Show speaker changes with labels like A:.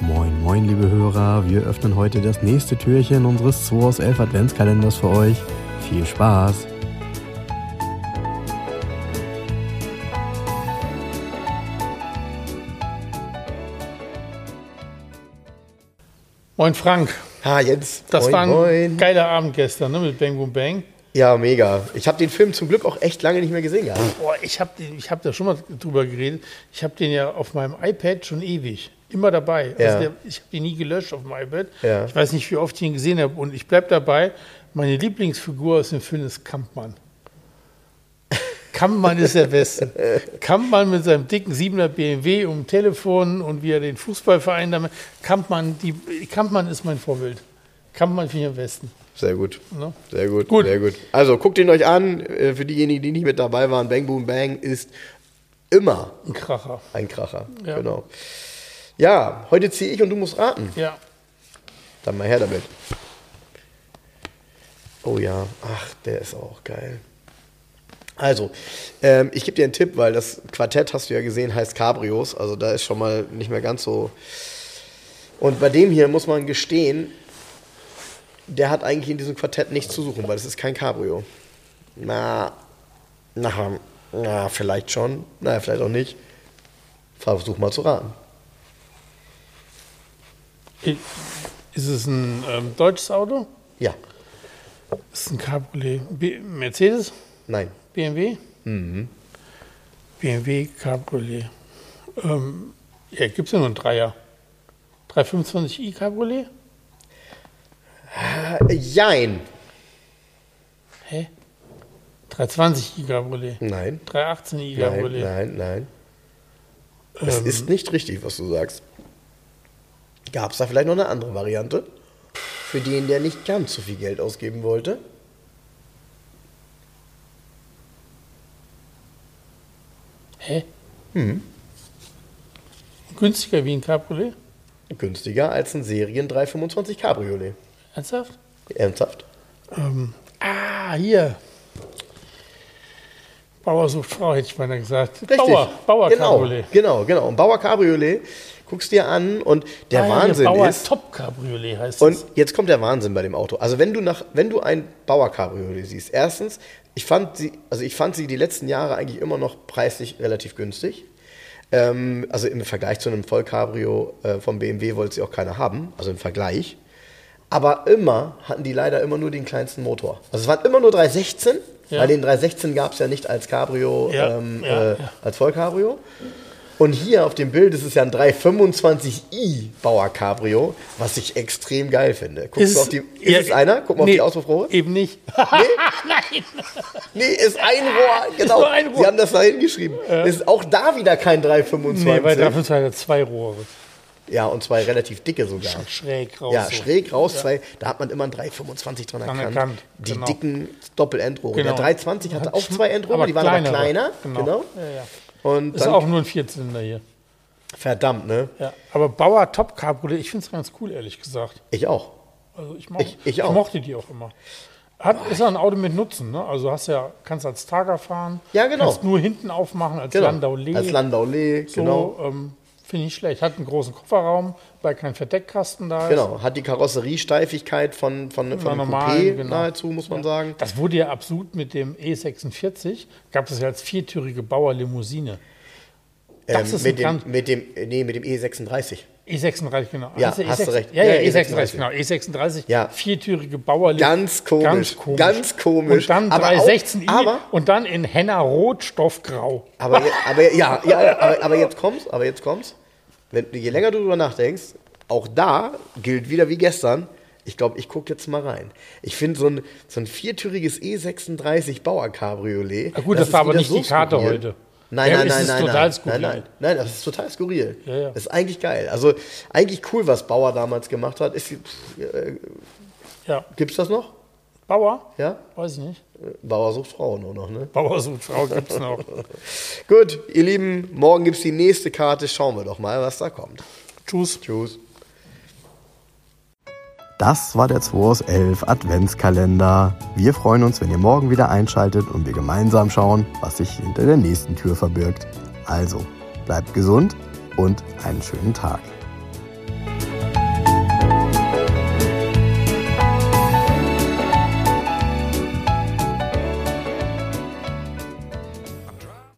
A: Moin, moin, liebe Hörer. Wir öffnen heute das nächste Türchen unseres 2 aus 11 Adventskalenders für euch. Viel Spaß!
B: Moin Frank,
C: Ah, Jens.
B: das
C: moin,
B: war ein
C: moin.
B: geiler Abend gestern ne, mit Bang Boom Bang.
C: Ja, mega. Ich habe den Film zum Glück auch echt lange nicht mehr gesehen gehabt.
B: Boah, ich habe ich hab da schon mal drüber geredet. Ich habe den ja auf meinem iPad schon ewig, immer dabei. Also
C: Ja.
B: der, ich habe den nie gelöscht auf dem iPad.
C: Ja.
B: Ich weiß nicht, wie oft ich ihn gesehen habe. Und ich bleibe dabei, meine Lieblingsfigur aus dem Film ist Kampmann. Kampmann ist der Beste. Kampmann mit seinem dicken 7er BMW um Telefon und wie er den Fußballverein damit. Kampmann, die, Kampmann ist mein Vorbild. Kampmann finde ich am besten.
C: Sehr gut.
B: Ne?
C: Sehr gut,
B: Gut.
C: sehr gut. Also guckt ihn euch an. Äh, Für diejenigen, die nicht mit dabei waren, Bang Boom Bang ist immer
B: Ein Kracher.
C: ein Kracher.
B: Ja.
C: Genau. Ja, heute ziehe ich und du musst raten.
B: Ja.
C: Dann mal her damit. Oh ja, ach, der ist auch geil. Also, ähm, ich gebe dir einen Tipp, weil das Quartett, hast du ja gesehen, heißt Cabrios. Also da ist schon mal nicht mehr ganz so. Und bei dem hier muss man gestehen, der hat eigentlich in diesem Quartett nichts zu suchen, weil es ist kein Cabrio. Na, na, na, vielleicht schon. Naja, vielleicht auch nicht. Versuch mal zu raten.
B: Ist es ein ähm, deutsches Auto?
C: Ja,
B: Ist es ein Cabriolet? B Mercedes?
C: nein.
B: BMW? BMW Cabriolet. Ähm, ja, gibt es ja nur einen Dreier. 325i Cabriolet?
C: Äh, jein.
B: Hä? 320i Cabriolet?
C: Nein.
B: 318i
C: Nein,
B: Cabriolet?
C: nein, nein. Es
B: Ähm,
C: ist nicht richtig, was du sagst. Gab es da vielleicht noch eine andere Variante? Für den, der nicht ganz so viel Geld ausgeben wollte?
B: Hä? Günstiger wie ein Cabriolet?
C: Günstiger als ein Serien 325 Cabriolet.
B: Ernsthaft?
C: Ernsthaft?
B: Ähm, ah, hier. Bauer sucht Frau, hätte ich mal gesagt. Bauer, Bauer
C: genau,
B: Cabriolet.
C: Genau, genau. Ein Bauer Cabriolet. Guckst dir an und der
B: Ah, hier,
C: Wahnsinn
B: Bauer
C: ist.
B: Top Cabriolet heißt
C: Und
B: es.
C: jetzt kommt der Wahnsinn bei dem Auto. Also wenn du nach, wenn du ein Bauer-Cabriolet siehst, erstens, ich fand sie, also ich fand sie die letzten Jahre eigentlich immer noch preislich relativ günstig. Ähm, also im Vergleich zu einem Voll-Cabrio äh, vom BMW wollte sie auch keiner haben, also im Vergleich. Aber immer hatten die leider immer nur den kleinsten Motor. Also es waren immer nur 316,
B: Ja.
C: weil den 316 gab es ja nicht als Cabrio,
B: Ja,
C: ähm,
B: ja,
C: äh,
B: ja.
C: als Voll-Cabrio. Und hier auf dem Bild ist es ja ein 325i Bauer Cabrio, was ich extrem geil finde. Guckst du auf die, ist
B: ja,
C: es einer? Guck mal
B: nee,
C: auf die Auspuffrohre.
B: Eben nicht. Nein.
C: Nee, ist ein Rohr, genau.
B: nur ein Rohr.
C: Sie haben das da hingeschrieben. Ist auch da wieder kein 325.
B: Nee, bei 325 hat er zwei Rohre.
C: ja, und zwei relativ dicke sogar.
B: Schräg raus.
C: Ja,
B: so.
C: schräg raus, zwei, da hat man immer ein 325 dran
B: Dran
C: erkannt.
B: erkannt,
C: Die
B: genau.
C: dicken Doppelendrohre.
B: Genau.
C: Der 320 hatte
B: Hat
C: auch
B: schm-
C: zwei Endrohre,
B: aber
C: die waren aber kleiner.
B: kleinere,
C: Genau.
B: genau. Ja, ja.
C: Und
B: Ist
C: dann,
B: auch nur ein Vierzylinder hier.
C: verdammt, ne?
B: Ja. Aber Bauer Top Cabriolet, ich finde es ganz cool, ehrlich gesagt.
C: Ich auch.
B: Also ich, moch,
C: Ich- ich auch.
B: mochte die auch immer. Hat, ist ja ein Auto mit Nutzen, ne? Also hast ja, kannst als Targa fahren.
C: Ja, genau.
B: Kannst nur hinten aufmachen als
C: Genau.
B: Landau Lee.
C: Als Landau-Lee, genau.
B: So, ähm, Finde ich nicht schlecht. Hat einen großen Kofferraum, weil kein Verdeckkasten da ist.
C: Genau, hat die Karosseriesteifigkeit von, von, von einem
B: normalen,
C: Coupé
B: genau.
C: nahezu, muss man sagen.
B: Das wurde ja absolut mit dem E46, gab es ja als viertürige Bauerlimousine. Das
C: Ähm,
B: ist
C: mit,
B: ein
C: dem, mit, dem, äh, nee, mit dem E36.
B: E36, genau.
C: Ja,
B: Heißt der
C: hast du
B: E6-
C: recht.
B: Ja, ja,
C: Ja, ja,
B: E36,
C: E36,
B: genau. E36,
C: Ja.
B: viertürige Bauerlimousine.
C: Ganz komisch, ganz komisch.
B: Und dann
C: Aber auch-
B: 316i
C: aber-
B: und dann in Henna Rotstoffgrau.
C: Aber, je, aber, ja, ja, ja, aber, aber jetzt kommt's, aber jetzt kommt's. Wenn, je länger du drüber nachdenkst, auch da gilt wieder wie gestern, ich glaube, ich gucke jetzt mal rein. Ich finde so ein, so ein viertüriges E E36 Bauer Cabriolet.
B: Na gut, das war aber
C: wieder
B: nicht die Karte
C: skurril.
B: heute.
C: Nein,
B: Ja,
C: nein,
B: es
C: nein,
B: ist
C: nein,
B: total
C: nein,
B: skurril.
C: nein, nein, nein, das ist total skurril.
B: Ja, ja.
C: Das ist eigentlich geil. Also eigentlich cool, was Bauer damals gemacht hat. Ist, pff, äh,
B: Ja.
C: gibt's das noch?
B: Bauer?
C: Ja?
B: Weiß ich nicht.
C: Bauer sucht Frauen auch noch, ne?
B: Bauer sucht Frau gibt's noch.
C: Gut, ihr Lieben, morgen gibt's die nächste Karte. Schauen wir doch mal, was da kommt.
B: Tschüss.
C: Tschüss.
A: Das war der 2 aus 11 Adventskalender. Wir freuen uns, wenn ihr morgen wieder einschaltet und wir gemeinsam schauen, was sich hinter der nächsten Tür verbirgt. Also, bleibt gesund und einen schönen Tag.